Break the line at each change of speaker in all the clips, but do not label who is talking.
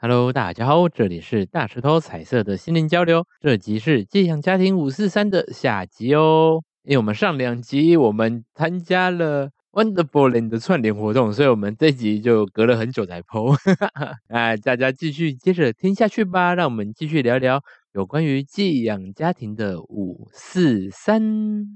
Hello，大家好，这里是大石头彩色的心灵交流，这集是《寄养家庭五四三》的下集哦。因为我们上两集我们参加了 Wonderland 的串联活动，所以我们这集就隔了很久才 PO。那大家继续接着听下去吧，让我们继续聊聊有关于寄养家庭的五四三。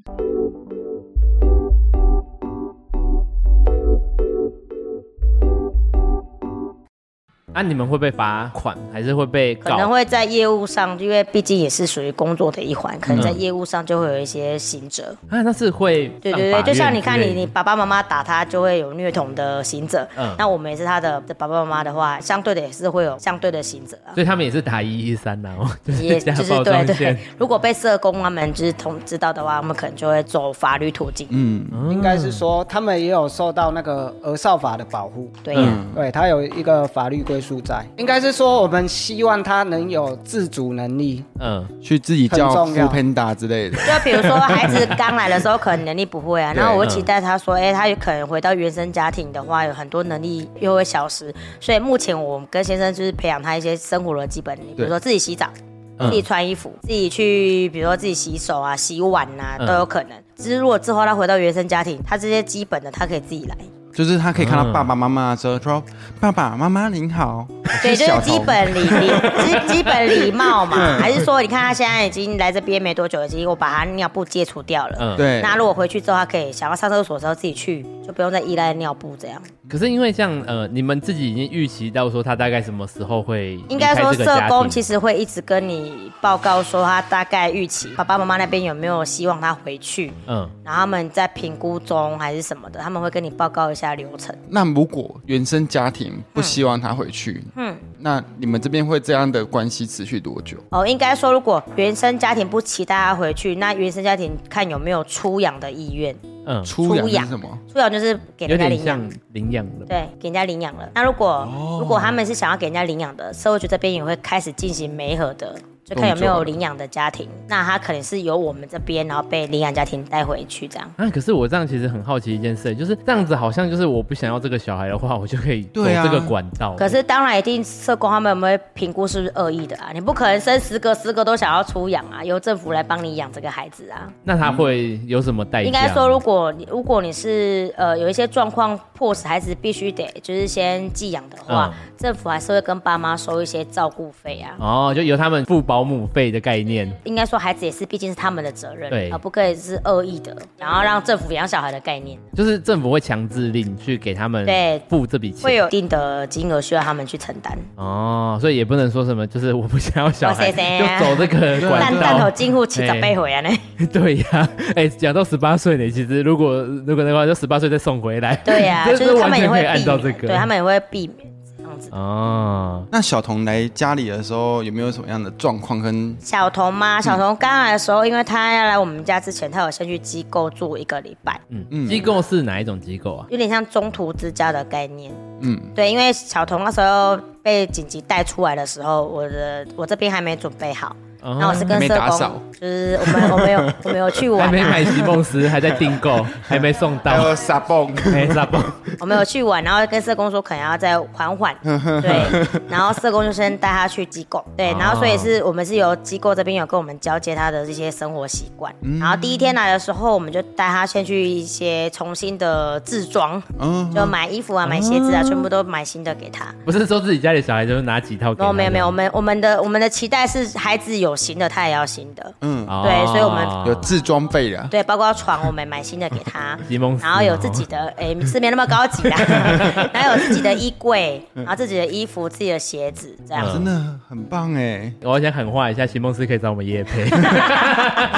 啊，你们会被罚款，还是会被
可能会在业务上，因为毕竟也是属于工作的一环，可能在业务上就会有一些行者。
啊，那是会
对对对，就像你看你你爸爸妈妈打他，就会有虐童的行者。
嗯
那我们也是他的的爸爸妈妈的话，相对的也是会有相对的行者 啊。
所以他们也是打一一三呐，哦就是
也
家
就是
暴
对
专
对
线。，
如果被社工他们就是通知道的话，我们可能就会走法律途径。
嗯，
应
应该是说他们也有受到那个儿少法的保护，
对呀、
对他有一个法律归属在。应该是说我们希望他能有自主能力，
嗯，
去自己
很
叫
重要
Food Panda 之类的。
就比如说孩子刚来的时候可能能力不会啊，
对
然后我会期待他说，哎、他有可能回到原生家庭的话，有很多能力又会消失。所以目前我们跟先生就是培养他一些生活的基本能力，比如说自己洗澡。
嗯
自己穿衣服，自己去，比如说自己洗手啊、洗碗呐、
嗯
都有可能。只是如果之后他回到原生家庭，他这些基本的他可以自己来，
就是他可以看到爸爸妈妈的时候，说：“爸爸妈妈您好。”
对，就是
小
基
童
本礼礼基基本礼貌嘛。还是说，你看他现在已经来这边没多久，已经我把他尿布戒除掉了，
嗯
对，
那如果回去之后，他可以想要上厕所的时候自己去，就不用再依赖尿布这样。
可是因为像呃，你们自己已经预期到说他大概什么时候会
应该说，社工其
实
实会一直跟你报告说他大概预期爸爸妈妈那边有没有希望他回去，
嗯，
然后他们在评估中还是什么的，他们会跟你报告一下流程。
那如果原生家庭不希望他回去，
嗯
嗯，那你们这边会这样的关系持续多久？
哦，应该说，如果原生家庭不期待他回去，那原生家庭看有没有出养的意愿。
嗯，
出养
出养
是什么？
出养就是给
有
人家
点
领养
像。领养的，
对，给人家领养了。那如果、如果他们是想要给人家领养的，社会局这边也会开始进行媒合的，就看有没
动作
有
了
领养的家庭。那他可能是由我们这边，然后被领养家庭带回去这样。
啊，可是我这样其实很好奇一件事，就是这样子，好像就是我不想要这个小孩的话，我就可以走
对啊
这个管道。
可是当然，一定社工他们会评估是不是恶意的啊？你不可能生十个十个都想要出养啊，由政府来帮你养这个孩子啊。
那他会有什么代价？
应该说，如果你如果你是呃有一些状况迫使孩子必须得就是先寄养的话，政府还是会跟爸妈收一些照顾费啊。
哦，就由他们付保姆费的概念。
应该说，孩子也是，毕竟是他们的责任，
对
而不可以是恶意的，然后让政府养小孩的概念，
就是政府会强制令去给他们
对
付这笔钱，
会有一定的金额需要他们去承担。
哦，所以也不能说什么，就是我不想要小孩，
我谁谁啊
就走这个管
但
道
但。头金户起长辈回啊呢？
对呀、哎、讲到十八岁呢，其实如果如果的话，就十八岁再送回来。
对呀、
这
就是他
完
们也
全可
会
以按
避
照
免，
这个。
对他们也会避免这样子。
哦，
那小童来家里的时候有没有什么样的状况？跟
小童
嗯
吗？小童刚来的时候，因为他要来我们家之前，他有先去机构住一个礼拜，
嗯，机构是哪一种机构啊？
有点像中途之家的概念。
嗯，
对，因为小童那时候被紧急带出来的时候，我的我这边还没准备好，
哦
那我是跟
没
社
打扫
工，就是我们我们有我们有去玩、
还
啊，
没买席梦思，还在订 购，还没送到。
撒蹦，
哎，咋办？
我们有去玩，然后跟社工说可能要再 缓缓，对，然后社工就先带他去机构，
哦
对，然后所以是我们是由机构这边有跟我们交接他的这些生活习惯，
嗯
然后第一天来的时候，我们就带他先去一些重新的制装，
哦
嗯，
就买衣服啊、买鞋子啊，全部都买新的给他。
不是说自己家里小孩就是拿几套给
哦，
他？
没有没有，我，们我们的我们的期待是孩子有新的，他也要新的，
嗯，
哦
对所以我们
有自装备了。
对，包括床我们买新的给 他
席梦，思！
然
哦
后有自己的，诶，是没那么高级啦， 然后有自己的衣 柜，
嗯
然后自己的衣服、自己的鞋子这样。
真的很棒哎
我想喊话一下，席梦思可以找我们叶 配。
哦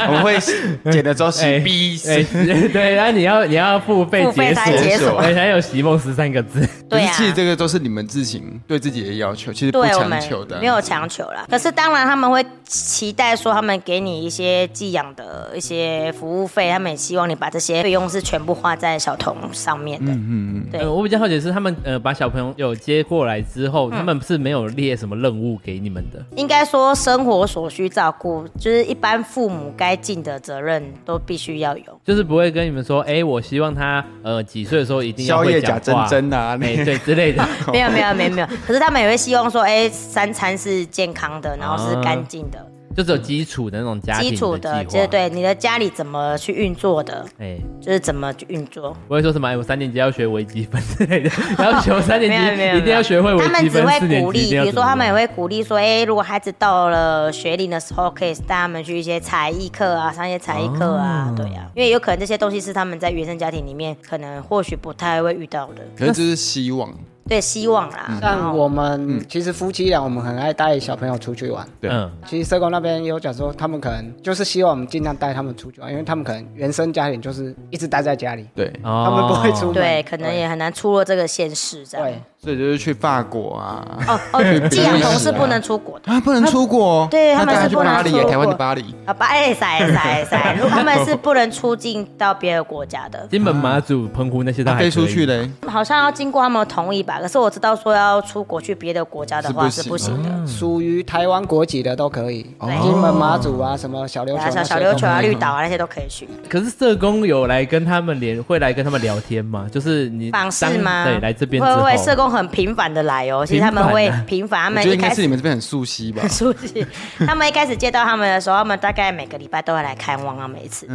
我们会剪的时候是 B
哎， 对，然后你要你要付费
付费
解
才解
锁，
锁
哎，才有席梦思三个字。
可
对
是
啊
其，实这个都是你们自行对自己的要求，其实不
对我
强
们
求的。啊
没有强求啦。可是当然他们会期待说他们给你一些寄养的一些服务费，他们也希望你把这些费用是全部花在小童上面的。
嗯嗯
对
呃，我比较好奇的是他们呃把小朋友接过来之
嗯
后，他们是没有列什么任务给你们的，
应该说生活所需照顾，就是一般父母该尽的责任都必须要有。
就是不会跟你们说，哎、我希望他呃几岁的时候一定要
宵夜
会
假
讲
真
话，
真的啊，
哎、
你
对之类 的。
没有没有没有没有，可是他们也会希望说，哎，三餐是健康的，然后是干净的，
就只有基础的那种哦家庭
基础
的
的，
计
就是
划。，
对你的家里怎么去运作的，
哎、
就是怎么去运作。
不会说什么哎我三年级要学微积分之 类的，要求三年
没有没有没有
级一定要学会微
他们
积
只
分，
会
四年
鼓
级一
励，
定
比
要
如
怎么
说他们也
样
会鼓励说，哎、如果孩子到了学龄的时候，可以带他们去一些才艺课啊，上一些才艺课啊，
哦
对啊，因为有可能这些东西是他们在原生家庭里面可能或许不太会遇到的，
可是这是希望，
对，希望啦。然后
像我们、
嗯
其实夫妻俩，我们很爱带小朋友出去玩。
对
嗯，
其实社工那边也有讲说，他们可能就是希望我们尽量带他们出去玩，因为他们可能原生家庭就是一直待在家里，
对，
嗯
他
他们不会
哦
出门。
对，可能也很难出入这个现实这样
对。，
所以就是去法国啊
哦哦，寄养童是不能出国的。
啊，不能出国，
对
那
他们
带
是
去
不能
巴黎耶，
出
台湾的
国
巴黎，
啊，不，哎，塞塞 塞，如果他们是不能出境到别的国家的，
金门、马祖、澎湖那些都
他
还可以
飞出去。嘞，
好像要经过他们的同意吧。可是我知道说要出国去别的国家的话是
是不
不
行
行的。
属于台湾国籍的都可以，
对
金门、马祖啊，什么小琉球
啊，
那些都可
小
以、
小琉球啊、绿岛啊那些都可以去。
可是社工有来跟他们连，会来跟他们聊天吗？就是你
访视
当
吗？
对，来这边之
会
后，
不会社工很频繁的来哦？其实他们会频繁，他
我
们
觉得
一
应该
开
是
始。
你们这边很熟悉吧
出去，他们一开始接到他们的时候，他们大概每个礼拜都会来看望他们一次，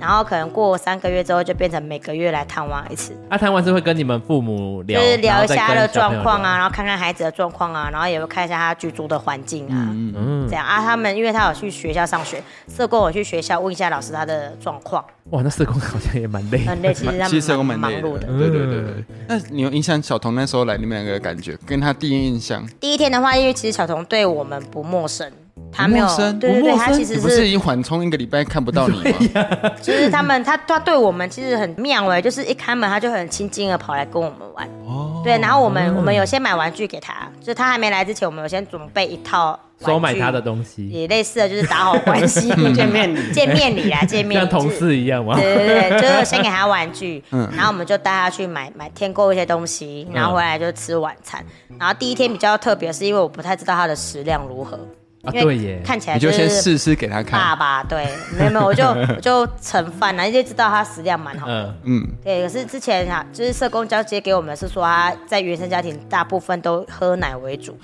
然后可能过三个月之后就变成每个月来探望一次。
啊，谈完是会跟你们父母聊，
就是聊一
然后再
下他
跟
的
小朋
状
友
况
聊
啊，。然后看看孩子的状况啊，然后也会看一下他居住的环境啊，
嗯
这，样啊。他们因为他有去学校上学，社工有去学校问一下老师他的状况，
哇，那社工好像也蛮累的。
很累，其实 他
其实社工
们
蛮
忙
累
碌的。
对对对对。那你有印象小童那时候来你们两个的感觉，跟他第一印象？
第一天的话，因为其实小童对我们不陌生，他没有
不陌生
对对
不
对，
陌
他其
你
实
不是
是
已经缓冲一个礼拜看不到 你吗？
就是他们他他对我们其实很妙哎，就是一开门他就很亲近的跑来跟我们玩。
哦，
对，然后我们我们有先买玩具给他，就是他还没来之前，我们有先准备一套玩具
收买他的东西，
也类似的，就是打好关系， 见面礼，见面礼啦，见面
像
礼
同。事一样嘛
对。对对，就是先给他玩具，
嗯
然后我们就带他去买买添购一些东西，然后回来就吃晚餐。然后第一天比较特别，是因为我不太知道他的食量如何，
啊，
因
对
为
耶，
看起来
你就是先试试给他
爸
看。
爸对，没有没有，我就我就盛饭啊了，因为知道他食量蛮好。
嗯，
嗯，
对，可是之前哈、就是社工交接给我们是说他在原生家庭大部分都喝奶为主，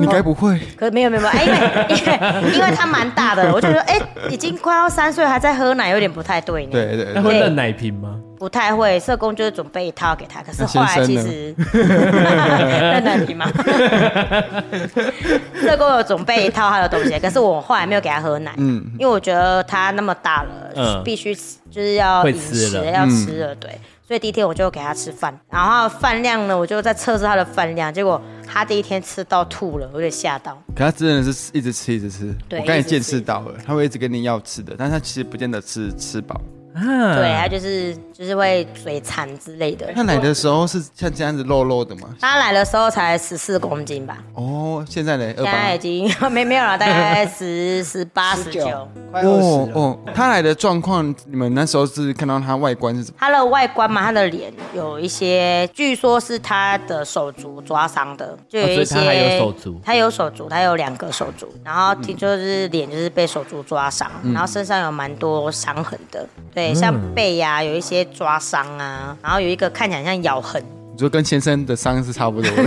你该不会
可是没有没有没有，哎、因为因为因为他蛮大的了，我就觉得哎、已经快要三岁还在喝奶，有点不太对呢。
对对
那
对，
会认奶瓶吗？
不太会，社工就是准备一套给他，可是后来
那
其
先生呢
实在哪里吗？社工有准备一套他的东西，可是我后来没有给他喝奶，
嗯
因为我觉得他那么大了，
嗯
必须吃就是要
会
饮
吃
食
了
嗯
要吃了，对。所以第一天我就给他吃饭，然后饭量呢，我就在测试他的饭量，结果他第一天吃到吐了，我有点吓到。
可他真的是一直吃一直吃。
对
我刚才
一直吃
见识到了，他会一直跟你要吃的，但是他其实不见得吃吃饱。
啊，
对，他就是就是会嘴馋之类的。
他来的时候是像这样子肉肉的嘛？
他来的时候才十四公斤吧，
哦，现在呢？
现
二
在
八
已。经 没没有了，大 概十十八十
十
九
九。，快二
哦
十了。
哦，他来的状况，你们那时候是看到他外观是怎么？
他的外观嘛，他的脸有一些，据说是他的手足抓伤的，就有一些、
哦所以他还有手足嗯
他有手足，他有两个手足，然后听就是脸就是被手足抓伤，然后身上有蛮多伤痕的，对，像
嗯
背呀、有一些抓伤啊，然后有一个看起来像咬痕，
你说跟先生的伤是差不多 的，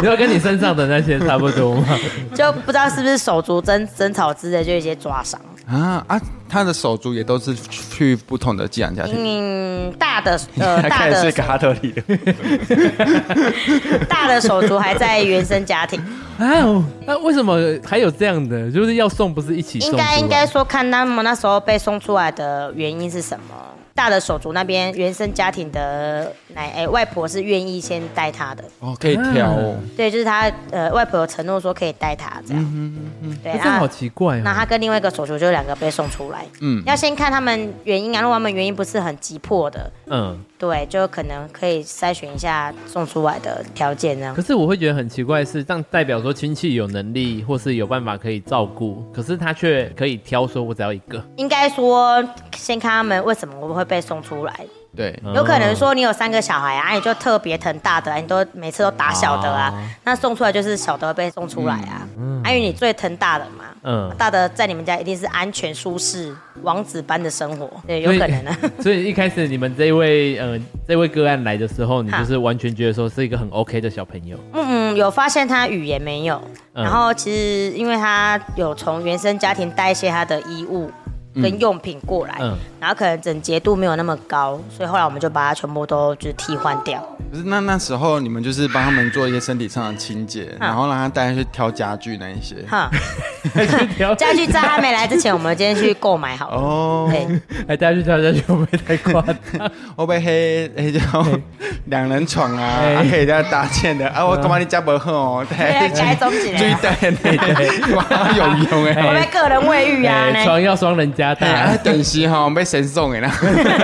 你说跟你身上的那些差不多吗？
就不知道是不是手足争争吵之类，就有一些抓伤。
啊啊！他的手足也都是去不同的寄养家庭，
嗯，大的 呃大的手
特里的，
大的手足还在原生家庭，
哎呦，那为什么还有这样的？就是要送不是一起送
应
出来？
该应该说看他们那时候被送出来的原因是什么。大的手足那边原生家庭的奶哎、外婆是愿意先带他的，
哦，可以挑哦。
对，就是他呃外婆有承诺说可以带他这样，对
哎这样
那
好奇怪
那
哦。
他跟另外一个手足就两个被送出来，来。
嗯
要先看他们原因啊，如果他们原因不是很急迫的，
嗯，
对，就可能可以筛选一下送出来的条件这样
可。是我会觉得很奇怪的是，这样代表说亲戚有能力或是有办法可以照顾，可是他却可以挑说我只要一个，
应该说，先看他们为什么我们会被送出来。
对，
嗯
有可能说你有三个小孩啊，你就特别疼大的、啊，你都每次都打小的啊，
啊
那送出来就是小的被送出来啊，啊因为你最疼大的嘛。
嗯，
大的在你们家一定是安全舒适、王子般的生活，对，有可能啊。
所以一开始你们这一位呃这位个案来的时候，你就是完全觉得说是一个很 OK 的小朋友，
嗯嗯，有发现他语言没有，
嗯
然后其实因为他有从原生家庭带一些他的衣物跟用品过来，
嗯
然后可能整洁度没有那么高，所以后来我们就把它全部都就是替换掉。
不是那那时候你们就是帮他们做一些身体上的清洁，然后让他带去挑家具那一些。
哈，
挑
家具在他没来之前，我们今天去购买好了。
哦，
对，
哎，大家去挑下去会不会太夸张？
我被黑黑叫两人床啊，
嘿
啊可以这样搭建的啊，我干嘛你家不好哦？
对
带
啊，该终结
最
了。
带那哇有用
我
哎，
们个人卫浴啊，
哎，
呢
床要双人加
哎
大
啊，等时哈被神送哎啦，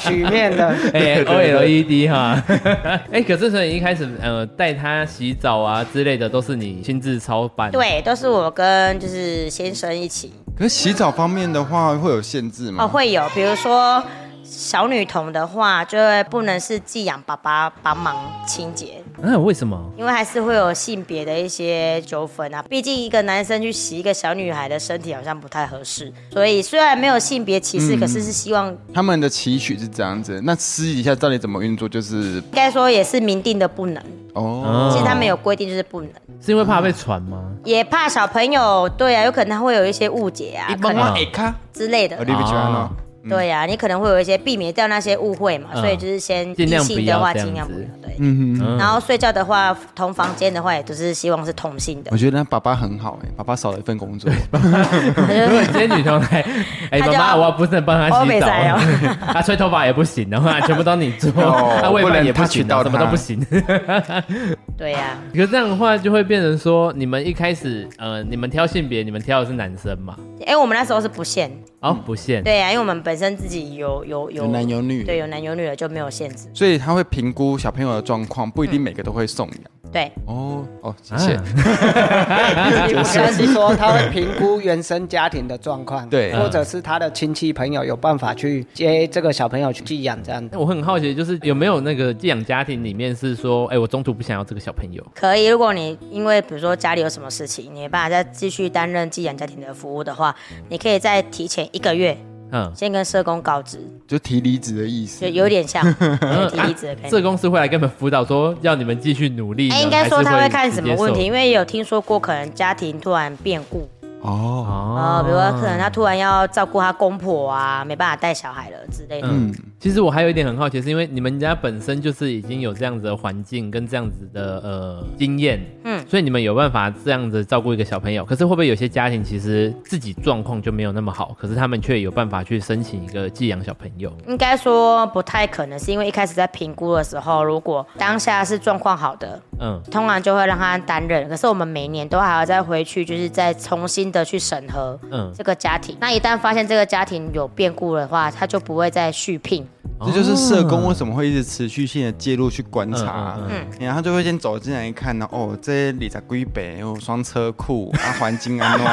曲面的，
哎
对对
，OLED 哈， 哎，可是所以一开始呃带他洗澡啊之类的都是你亲自操办，，
对，都是我跟就是先生一起
可是洗澡方面的话会有限制
哦，
吗？
会有，比如说小女童的话，就会不能是寄养爸爸帮忙清洁，
嗯，为什么？
因为还是会有性别的一些纠纷啊。毕竟一个男生去洗一个小女孩的身体好像不太合适，所以虽然没有性别歧视，可是是希望
他们的期许是这样子，那私底下到底怎么运作？就是
应该说也是明定的不能，
嗯
哦，
其实他们有规定就是不能，
是因为
啊
怕被传吗？
也怕小朋友对啊，有可能他会有一些误解啊，可能
啊
哎卡，
之类
我
的。
对不起
哦
啊，
对呀、啊，你可能会有一些避免掉那些误会嘛，
嗯
所以就是先
尽
异
量
性
不
的
要
话
这样
尽量不
子
要对。
嗯哼，
嗯
然后睡觉的话，同房间的话，也都是希望是同 性的
我。觉得爸爸很好哎，爸爸少了一份工作，
如果今天女同来，哎，
她就
妈妈，我不能帮她
我
洗
没
澡啊
在哦，
她吹头发也不行，然后 全部都你做，
哦
她喂
不
饭
能
也不
touch
行，啊
到
什么
她
都不行。
对啊呀、
可是这样的话，就会变成说，你们一开始，呃，你们挑性别，你们挑的是男生嘛？
因哎为我们那时候是不限，
哦，不限，
嗯对呀、啊因为我们本身自己有有有
有男有女
对，有男有女的就没有限制。
所以他会评估小朋友的状况，不一定每个都会送养。
对，
哦哦，谢
啊
谢。
你不像是说他会评估原生家庭的状况，
对
或者是他的亲戚朋友有办法去接这个小朋友去寄养这样。
那我很好奇，就是有没有那个寄养家庭里面是说，哎，我中途不想要这个小朋友，
可以。如果你因为比如说家里有什么事情，你没办法再继续担任寄养家庭的服务的话，你可以再提前一个月
嗯，
先跟社工告知，
就提离职的意思
就。有点 像
嗯
对
啊
提离职的 概念。
社工是会来跟你们辅导，说要你们继续努力呢。
哎，应该说
还是
他会看什么
直接
问题，
受
因为有听说过可能家庭突然变故，
哦，
哦
哦，比如说可能他突然要照顾他公婆啊，没办法带小孩了之类的。
嗯，其实我还有一点很好奇，是因为你们家本身就是已经有这样子的环境跟这样子的呃经验，
嗯
所以你们有办法这样子照顾一个小朋友。可是会不会有些家庭其实自己状况就没有那么好，可是他们却有办法去申请一个寄养小朋友？
应该说不太可能，是因为一开始在评估的时候，如果当下是状况好的，
嗯，
通常就会让他担任。可是我们每年都还要再回去，就是再重新的去审核，
嗯
这个家庭。那一旦发现这个家庭有变故的话，他就不会再续聘。
这
啊
就是社工为什么会一直持续性的介入去观察
嗯
嗯，
然后他就会先走进来一看呢，哦，这里在龟北有双车库啊，环境 安诺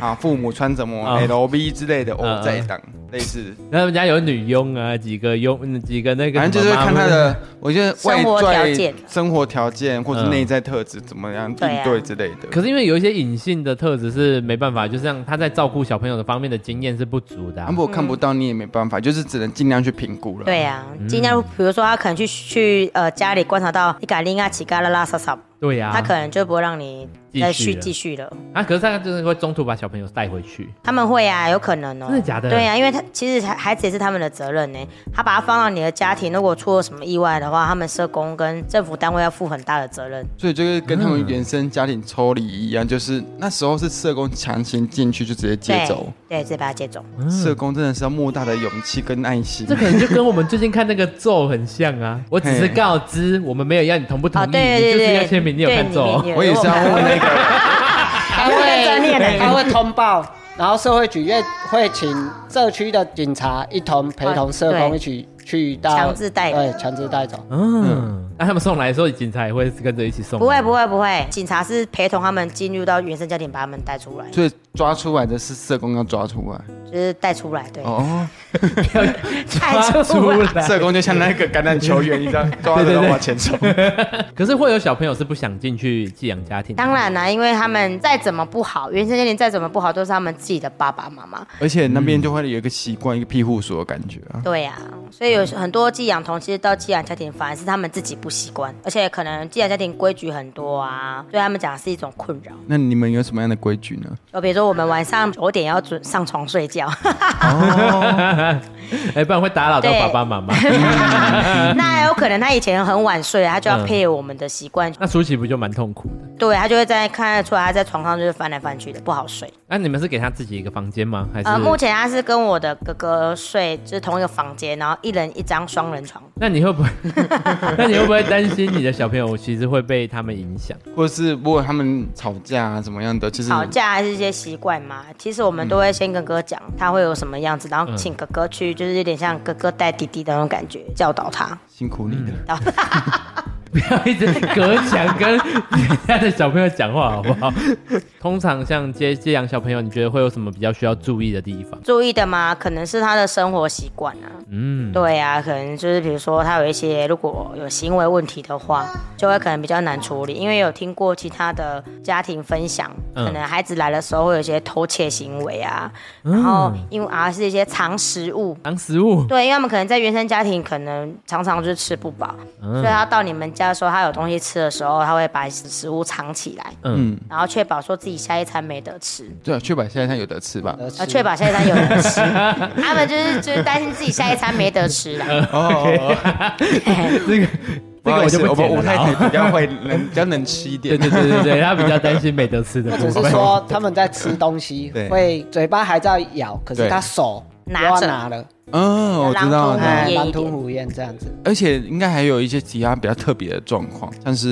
啊，父母穿什么
哦
LV 之类的，
嗯
哦
嗯，
在档类似，
那他们家有女佣啊，几个佣，嗯几个那个，
反正就是会看他。的，我觉得外
生活条
在
件
生活条件或者
嗯
内在特质怎么样
对啊
应对之类的。
可是因为有一些隐性的特质是没办法，就像他在照顾小朋友的方面的经验是不足的啊、
啊，我看不到你也没办法，就是只能尽量去评
嗯
估了。
对呀、今天比如说他可能去去呃家里观察到你敢拎啊起嘎啦啦撒撒，
对呀、
他可能就不会让你再
啊继续
续
了
继续了。
啊，可是他就是会中途把小朋友带回去，
他们会啊，有可能哦、
嗯真的假的
对啊，因为他其实孩子也是他们的责任呢、他把他放到你的家庭，如果出了什么意外的话，他们社工跟政府单位要负很大的责任。
所以就是跟
嗯
他们原生家庭抽离一样，就是那时候是社工强行进去就直接接走，
对，对，直接把他接走。
社工真的是要莫大的勇气跟爱心
这。可能就跟我们最近看那个咒很像啊。我只是告知，我们没有要你同不同
哦，
意，
对对
你
对
就是要
对，
签名。你有
对
看咒？
你你
我也是要问那个，
他会
他会通报，然后社会局也会请社区的警察一同陪同社
哦
工
对
一起去到
强制带
对，强制带走。
嗯，那、他们送来的时候，警察也会跟着一起送吗。
不会不会不会，警察是陪同他们进入到原生家庭，把他们带出来，
所以抓出来的是社工要抓出来
就是带出来，对，
哦，
抓出来。
社工就像那个橄榄球员一样，抓着
对对
都
对
往前 冲。
可是会有小朋友是不想进去寄养家庭的。
当然啦、因为他们再怎么不好，原生家庭再怎么不好，都是他们自己的爸爸妈妈。
而且那边就会有一个习惯，一个庇护所的感觉啊。
对呀、所以有很多寄养童，其实到寄养家庭反而是他们自己不习惯，而且可能寄养家庭规矩很多啊，对他们讲是一种困扰。
那你们有什么样的规矩呢？
就比如说我们晚上九点要准上床睡觉，
哎，不然会打扰到
对
爸爸妈 妈。
那有可能他以前很晚睡，啊他就要配合我们的习惯，
那舒淇不就蛮痛苦的？
对他就会在看得出来他在床上就是翻来翻去的，不好睡。
那、你们是给他自己一个房间吗？还是？
呃，目前他是跟我的哥哥睡，就是同一个房间，然后一人一张双人床。
那你会不会？ 那你会不会担心你的小朋友其实会被他们影响？
或者是如果他们吵架啊，怎么样
嗯
的？其实
吵架还是一些习惯嘛，其实我们都会先跟哥哥讲他会有什么样子，
嗯
然后请哥哥去，就是有点像哥哥带弟弟的那种感觉，教导他。
辛苦你了。
不要一直隔墙跟人家的小朋友讲话，好不好？通常像接接养小朋友，你觉得会有什么比较需要注意的地方？
注意的嘛，可能是他的生活习惯啊。
嗯，
对啊，可能就是比如说他有一些如果有行为问题的话，就会可能比较难处理，因为有听过其他的家庭分享，
嗯
可能孩子来的时候会有一些偷窃行为啊，
嗯
然后因为啊是一些藏食物，
当食物，
对，因为他们可能在原生家庭，可能常常就是吃不饱，
嗯
所以他到你们家的时候，他有东西吃的时候，他会把食物藏起来，
嗯
嗯，然后确保说自己下一餐没得吃，
对啊，确保现在有得吃吧。
呃，确保下一餐有得 吃。他们就是就是担心自己下一餐没得吃啦。
哦，
这个这个我就
不
不
好意思
解
我们吴
了
太
啦。
太比较会能比较能吃一
对
点。
对对对对，他比较担心没得吃的
或
部
者是
分。
说他们在吃东西
对
会嘴巴还在咬，可是
对
他手
拿
又要
着
拿了，
嗯，我知道
狼。吞
对
虎
哎，
咽
狼
一
吞
点
虎咽这样子。
而且应该还有一些其他比较特别的状况，像是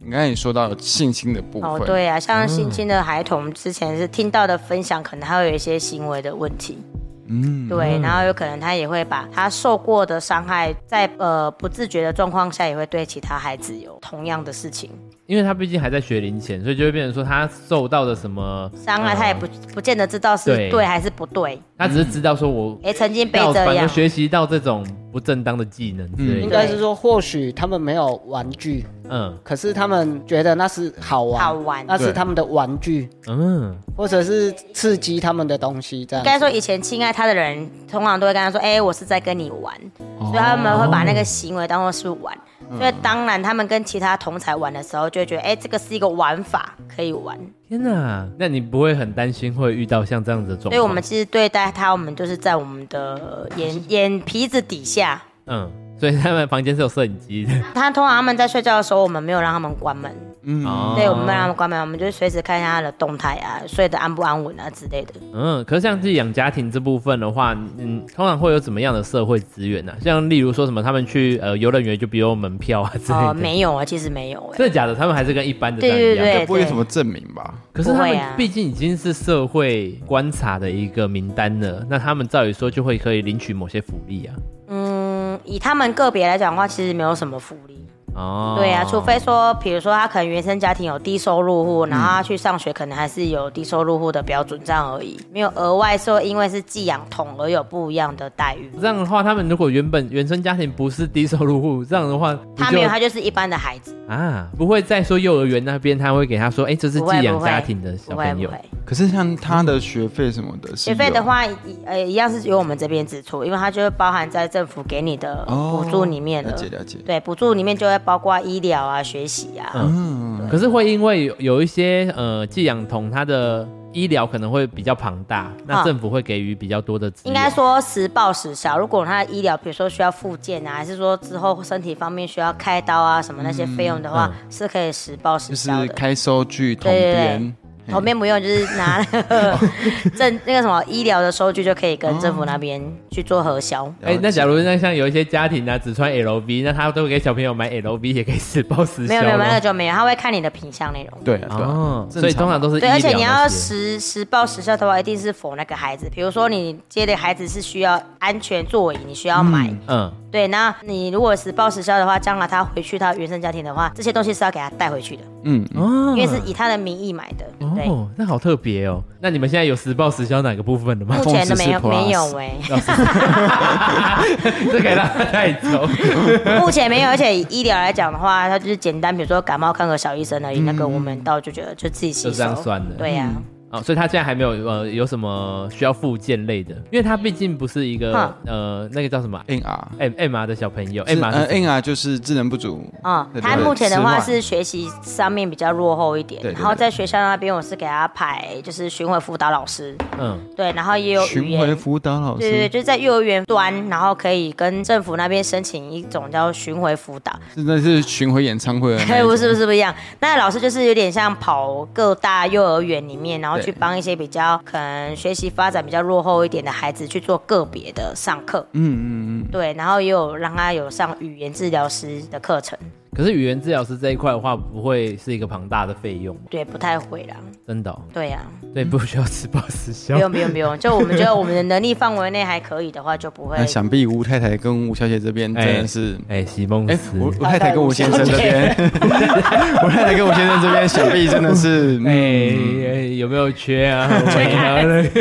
你刚才也说到有性侵的部分。
哦，。对啊，
嗯
像性侵的孩童之前是听到的分享，可能他会有一些行为的问题，
嗯，
对，然后有可能他也会把他受过的伤害，在呃不自觉的状况下，也会对其他孩子有同样的事情。
因为他毕竟还在学龄前，所以就会变成说他受到的什么
伤害，他也不不见得知道
嗯
是
对
对还是不对。
他只是知道说我
哎，曾经被
到
这
反而
样，
学习到这种不正当的技能之类
应
的。
该是说，或许他们没有玩具，
嗯
可是他们觉得那是好玩，
好玩
那是
对
他们的玩具，
嗯，
或者是刺激他们的东西，这
应。
样
该说以前亲爱他的人，通常都会跟他说：“哎，我是在跟你玩。”
哦
所以他们会把那个行为当做是玩。
嗯
所以当然，他们跟其他同才玩的时候，就会觉得：“哎，这个是一个玩法，可以玩。
天哪，那你不会很担心会遇到像这样子的”状况？
所以我们其实对待他，我们就是在我们的眼眼皮子底下。
嗯，所以他们房间是有摄影机的。
他通常他们在睡觉的时候，我们没有让他们关门，
哦
嗯对，我们没有啊让他们关门，我们就随时看一下他的动态啊，睡得安不安稳啊之类的。
嗯，可是像寄养家庭这部分的话，嗯，通常会有怎么样的社会资源呢、像例如说什么，他们去呃游乐园就不用门票啊之类的。
哦，没有啊，其实没有哎、
真的假的？他们还是跟一般的这样一
对
样。
对对
不会有什么证明吧？
可是他
不会
们
啊
毕竟已经是社会观察的一个名单了，那他们照理说就会可以领取某些福利啊。
嗯，以他们个别来讲的话，其实没有什么福利。
哦，
对啊，除非说，比如说他可能原生家庭有低收入户，然后他去上学可能还是有低收入户的标准这样而已，没有额外说因为是寄养童而有不一样的待遇。
这样的话，他们如果原本原生家庭不是低收入户，这样的话不
他
就
没有，他就是一般的孩子，
啊，不会再说幼儿园那边他会给他说，哎、这是
不
寄
会不
养
会
家庭的小
不会
朋
不
友。
会。
可是像他的学费什么的，是
学费的
有，
话，一呃，一样是由我们这边支出，因为它就会包含在政府给你的
哦
补助里面了。
了解了解
对，补助里面就会包括医疗啊、学习啊。
嗯，可是会因为有有一些呃寄养童，他的医疗可能会比较庞大，那
啊
政府会给予比较多的资
应
源。
该说实报实销。如果他的医疗，比如说需要复健啊，还是说之后身体方面需要开刀啊什么那些费用的话，是可以实报实
就
销
是
的。
开收据统
对对对
编。嘿
头面不用，就是拿 政那个什么医疗的收据就可以跟政府那边去做核销。
哎、那假如那像有一些家庭呢、啊只穿 LV，那他都给小朋友买 LV，也可以死包死
没有
销
没有，
咯
那个就没有，他会看你的品相内容。
对啊，对啊，
哦，
正
所以通常
常
都是
对，
医
而且
疗
你
那
要
些
实实报实效的话，一定是否那个孩子。比如说你接的孩子是需要安全座椅，你需要买。
嗯，
对，那你如果实报实销的话，将来他回去他原生家庭的话，这些东西是要给他带回去的，
嗯，嗯
哦
因为是以他的名义买的。对，
哦，那好特别哦。那你们现在有实报实销哪个部分的吗
目？前都没有
iPhone 14 Plus
没有哎、
这给他带走。
目前没有。而且以医疗来讲的话，它就是简单，比如说感冒看个小医生而已。那个我们倒就觉得就自己吸收，
就这样算的
对呀、啊
嗯
哦，所以他现在还没有呃有什么需要附件类的，因为他毕竟不是一个
哈
呃那个叫什么
，NR。
M M R 的小朋友
哎是
，M R
呃
是什么
NR 就是智能不足
嗯，
对
他
对
目前的
迟
话
缓
是学习上面比较落后一点，
对对
然后在学校那边我是给他排就是巡回辅导老师，
哎
嗯
对，然后也有语
巡回
言。
辅导老
对对对，
师，
就是在幼儿园端，然后可以跟政府那边申请一种叫巡回辅导，
真的是巡回演唱会的那一
嘿，
种，
不是不是不一样。那老师就是有点像跑各大幼儿园里面，然后
对
去帮一些比较可能学习发展比较落后一点的孩子去做个别的上课，
嗯嗯嗯，
对，然后也有让他有上语言治疗师的课程，
可是语言治疗师这一块的话，不会是一个庞大的费用吗？
对，不太会啦，
真的哦、
对呀、
对，不需要实报
嗯
实销
不。用不用不用，就我们觉得我们的能力范围内还可以的话，就不会
那。想必吴太太跟吴小姐这边真
哎
的是。
哎，席梦
哎，
思
吴吴太太跟吴先生这边，
小
吴太太跟吴先生这边，想必真 的是，
哎
嗯，
哎，有没有缺 啊？没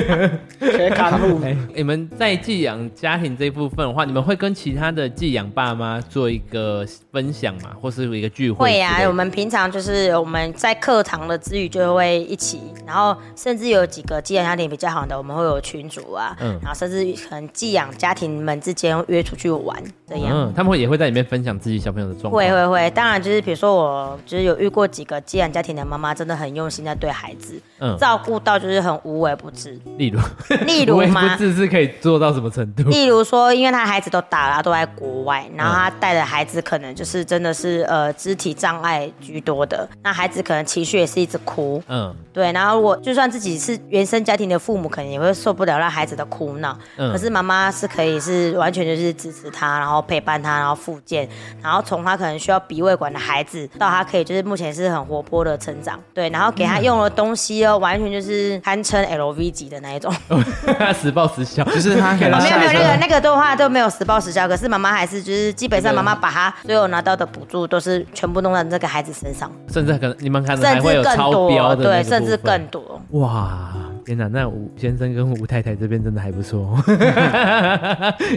啊。
学看护。
哎，你们在寄养家庭这部分的话，你们会跟其他的寄养爸妈做一个分享吗？或是有一个聚会之
会啊
类的？
呀、我们平常就是我们在课堂的之余就会一起，然后甚至有几个寄养家庭比较好的，我们会有群组啊，
嗯
然后甚至可能寄养家庭们之间约出去玩这样。
嗯，他们会也会在里面分享自己小朋友的状况。
会会会，当然就是比如说我就是有遇过几个寄养家庭的妈妈，真的很用心在对孩子，
嗯
照顾到就是很无微不 至。
例如，
例如
我也不
吗
自是可以做到什么程度？
例如说，因为他孩子都大了，他都在国外，然后他带的孩子可能就是真的是呃肢体障碍居多的，那孩子可能情绪也是一直哭，
嗯，
对，然后我就算自己是原生家庭的父母，可能也会受不了那孩子的哭闹，
嗯
可是妈妈是可以是完全就是支持他，然后陪伴他，然后复健，然后从他可能需要鼻胃管的孩子，到他可以就是目前是很活泼的成长，对，然后给
嗯
他用的东西哦，完全就是堪称 LV 级的那一种。
实报实销，
就是他可 能
没有没有
下一
那
个
个那个的话都没有实报实销，可是妈妈还是就是基本上妈妈把她所有拿到的补助都是全部弄到这个孩子身上，
甚至可能你们可能还
甚
会
至
有
更
超标
多，
的那个
对，甚至
部分
更多。
哇！天哪，那吴先生跟吴太太这边真的还不错、 哦。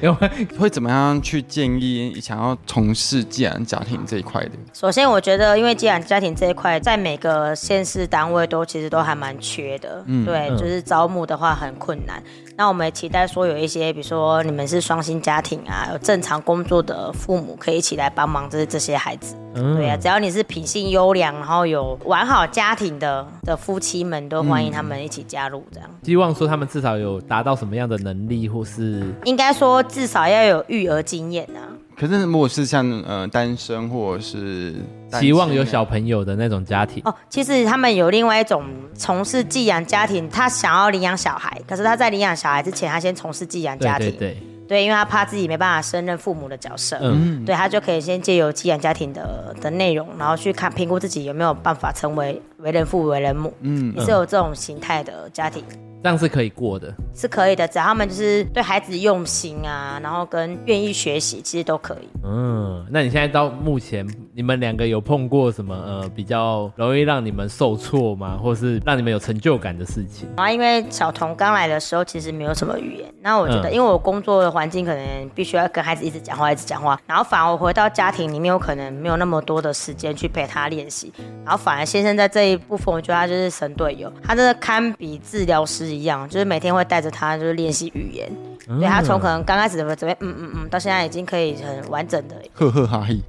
有
会怎么样去建议想要从事寄养家庭这一块的？
首先，我觉得因为寄养家庭这一块，在每个县市单位都其实都还蛮缺的，对，
嗯
就是招募的话很困难。那我们也期待说有一些，比如说你们是双薪家庭啊，有正常工作的父母可以一起来帮忙，这这些孩子。
嗯
对啊，只要你是品性优良，然后有玩好家庭的的夫妻们，都欢迎他们一起加入。这样、
希望说他们至少有达到什么样的能力，或是
应该说至少要有育儿经验啊。
可是如果是像呃单身或者是单
期望有
亲
小朋友的那种家庭。
哦，其实他们有另外一种从事寄养家庭，他想要领养小孩，可是他在领养小孩之前，他先从事寄养
对
家庭，
对对，
对因为他怕自己没办法胜任父母的角色，
嗯，
对他就可以先借由寄养家庭的的内容，然后去看评估自己有没有办法成为为人父为人母，
嗯
也是有这种形态的家庭。
这样是可以过的。
是可以的，只要他们就是对孩子用心啊，然后跟愿意学习，其实都可以。
嗯，那你现在到目前，你们两个有碰过什么呃比较容易让你们受挫吗？或是让你们有成就感的事情？
然后因为小童刚来的时候，其实没有什么语言。那我觉得，
嗯
因为我工作的环境可能必须要跟孩子一直讲话，一直讲话，然后反而我回到家庭里面，我可能没有那么多的时间去陪他练习。然后反而先生在这一部分，我觉得他就是神队友，他真的堪比治疗师一样，就是每天会带着他就是练习语言。
嗯
对他从可能刚开始的准备，嗯嗯嗯，到现在已经可以很完整的
呵呵哈嘿，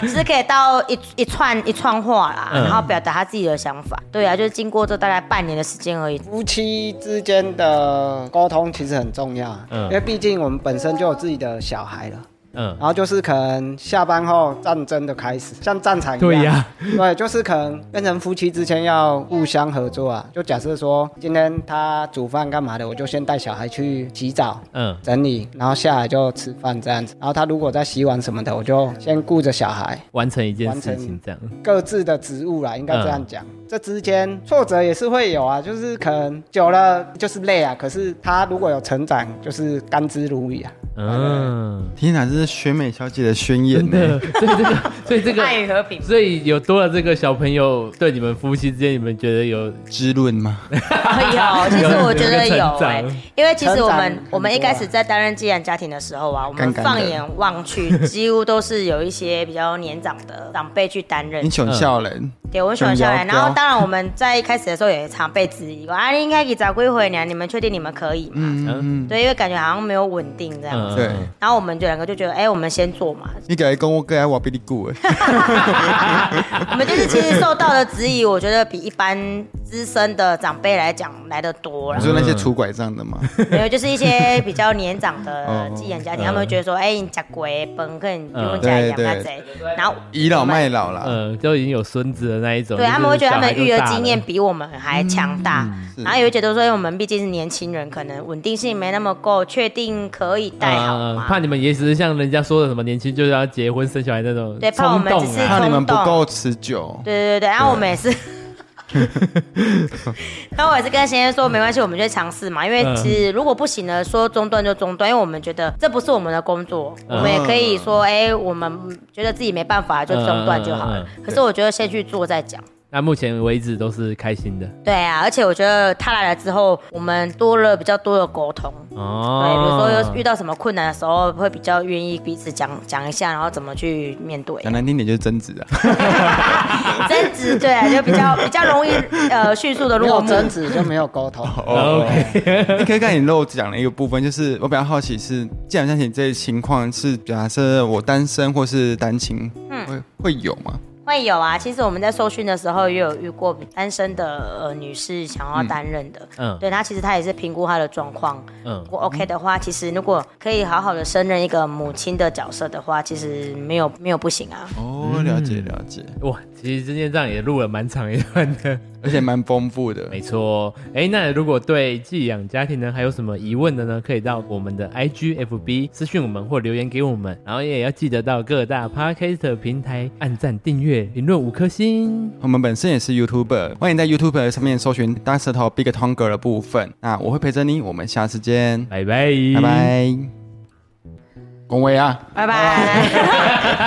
就是可以到一一串一串话啦，
嗯
然后表达他自己的想法。对啊，就是经过这大概半年的时间而已。
夫妻之间的沟通其实很重要啊，
嗯
因为毕竟我们本身就有自己的小孩了，
嗯
然，后就是可能下班后战争的开始，像战场一样。
对呀
对，就是可能变成夫妻之间要互相合作啊。就假设说今天他煮饭干嘛的，我就先带小孩去洗澡。
嗯，
整理，然后下来就吃饭这样子。然后他如果在洗碗什么的，我就先顾着小孩，
完成一件
完
事
成
情这样，
各自的职务啦，应该这样讲。这之间挫折也是会有啊，就是可能久了就是累啊。可是他如果有成长，就是甘之如饴啊。
嗯，
天哪，这是选美小姐的宣言欸
真
呢、
的，所以这个，所以这
爱
个。
与和平。
所以有多了这个小朋友，对你们夫妻之间，你们觉得有
知论吗？
有，其实我觉得
有一
有
个成长
哎、因为其实我
成长很
们
多啊
我们一开始在担任寄养家庭的时候啊，我们
干干的
放眼望 去，几乎都是有一些比较年长的长辈去担任
英。雄笑
嗯
人，
对，我们喜欢下来，
熊
然
摇
后
标
当然我们在一开始的时候也常被质疑过，啊，你应该给找归回呢，你们确定你们可以吗？
嗯，
对，因为感觉好像没有稳定这样子。
对
嗯
然后我们就两个就觉得，哎、我们先做嘛，
你改跟我改我比你久哎，
我们就是其实受到的质疑，我觉得比一般资深的长辈来讲来的多
你
了。
说
嗯
那些拄拐杖的吗？
没有，就是一些比较年长的
哦
寄养家庭，
嗯
他们会觉得说，哎，你吃鬼本可能比我
嗯
家养
对
那
对
贼，然后
倚老卖老啦，
呃，都已经有孙子的那一种，
对
就是
他们会觉得他们
小孩
育
就
儿
大了
经验比我们还强大。
嗯
嗯
是
然后有一些都说，因哎为我们毕竟是年轻人，可能稳定性没那么够，确定可以带好
嗯
嘛。
怕你们也只是像人家说的什么年轻就是要结婚生小孩那种
对怕我
冲
们
动
只是
啊，
怕你们不
冲动
够持久，
对对对对，然后我们也是。 然后我也是跟先生说，
嗯
没关系，我们就尝试嘛。因为其实如果不行呢，说中断就中断，因为我们觉得这不是我们的工作，
嗯
我们也可以说，哎，我们觉得自己没办法就中断就好
嗯嗯
了
嗯。
可是我觉得先去做再讲。
那目前为止都是开心的
对啊，而且我觉得他来了之后，我们多了比较多的沟通。对，比如
哦。
说有遇到什么困难的时候，会比较愿意彼此讲讲一下，然后怎么去面对。
讲难听点就是争执啊。
争执对啊，就比较比较容易呃迅速的
没
落
有
幕。
争执就没有沟通。
哦， 你可以看你漏讲了一个部分，就是我比较好奇是，既然像你这些情况是假设我单身或是单亲，
嗯
会会有吗？
会有啊，其实我们在受训的时候也有遇过单身的呃女士想要担任的，
嗯
对她其实她也是评估她的状况，
嗯
如果 OK 的话，其实如果可以好好的胜任一个母亲的角色的话，其实没有没有不行啊。
哦，了解了解，
哇，其实今天这样也录了蛮长一段的，
而且蛮丰富的。
没错。哎，那如果对寄养家庭呢还有什么疑问的呢，可以到我们的 IG、FB 私讯我们或留言给我们，然后也要记得到各大 Podcast 平台按赞、订阅、评论五颗星。
我们本身也是 YouTuber，欢迎在 YouTuber 上面搜寻大舌头 Big Tonger 的部分。那我会陪着你，我们下次见，
拜拜，
拜。拜。恭维啊！
拜拜。